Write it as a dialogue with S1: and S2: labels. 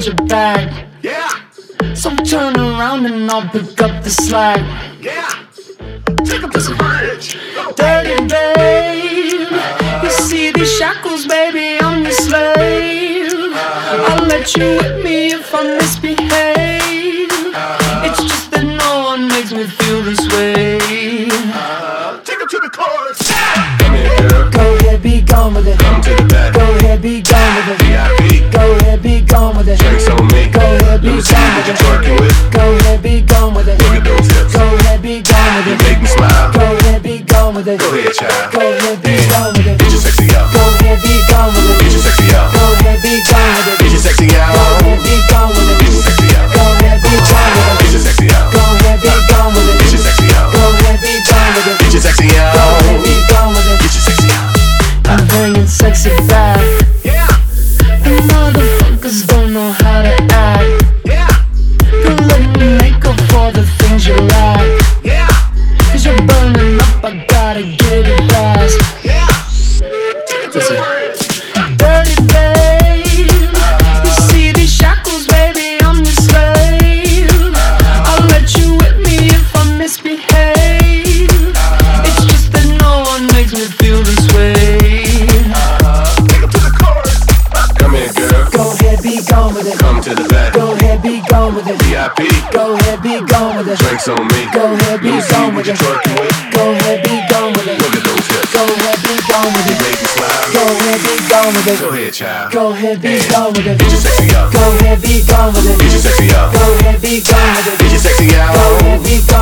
S1: your bag.
S2: Yeah,
S1: So turn around and I'll pick up the slack.
S2: yeah. Take a piece of bridge.
S1: Dirty babe, you see these shackles, baby, I'm your slave. I'll let you whip me if I misbehave. It's just that no one makes me feel this way.
S2: Uh, Take it to the chorus. Yeah.
S1: Go ahead, be gone with it.
S3: Come to the back.
S1: Go ahead, be gone with it.
S3: VIP,
S1: Go ahead, be gone with it.
S3: drinks on me.
S1: Go ahead,
S3: Let
S1: be
S3: me see
S1: gone with
S3: what you
S1: it.
S3: twerking with.
S1: Go ahead, be gone with it.
S3: Look at those hips.
S1: Go ahead, be gone with
S3: You
S1: it.
S3: make me smile.
S1: Go ahead, be gone with it.
S3: Go ahead, child.
S1: Go ahead, be
S3: Damn.
S1: gone with it.
S3: Get your sexy out.
S1: Go ahead, be gone with
S3: Get
S1: it.
S3: your sexy out.
S1: Go ahead, be gone with
S3: Get
S1: it.
S3: your sexy
S1: Go ahead,
S3: out.
S1: be gone with it. Go ahead,
S3: Get your sexy out.
S1: be gone with it.
S3: Get your sexy out.
S1: Go ahead, be gone with
S3: Get
S1: it.
S3: your sexy
S1: Go
S3: out.
S1: ahead, be gone with it.
S3: Get your sexy
S1: Go ahead,
S3: out.
S1: be gone with it.
S3: Get your sexy out.
S1: I'm bringing sexy back.
S2: Yeah,
S1: The motherfuckers don't know how to act.
S2: yeah,
S1: Don't let me make up for the things you like.
S2: yeah,
S1: Cause you're burning up, I gotta get it fast.
S2: yeah. Take it to the bridge.
S1: Dirty babe, you see these shackles, baby, I'm your slave. I'll let you whip me if I misbehave. It's just that no one makes me feel this way.
S2: Take it to the chorus.
S3: Come here, girl.
S1: Go ahead, be gone with it.
S3: Come to the back.
S1: Go ahead, be gone with it.
S3: VIP,
S1: Go ahead, be gone with it.
S3: drinks on me.
S1: Go ahead,
S3: Let
S1: be
S3: me see
S1: gone with
S3: what you
S1: it.
S3: twerking with.
S1: Go ahead, be gone with it.
S3: Look at those hips.
S1: Go ahead, be gone with it.
S3: Make me smile.
S1: Go ahead, be gone with
S3: Go
S1: it.
S3: ahead, child.
S1: Go ahead, be gone with it.
S3: Get your sexy out.
S1: Go ahead, be gone with
S3: Get
S1: it.
S3: your sexy out.
S1: Go ahead, be gone with it.
S3: Get your sexy
S1: Go ahead,
S3: out.
S1: be gone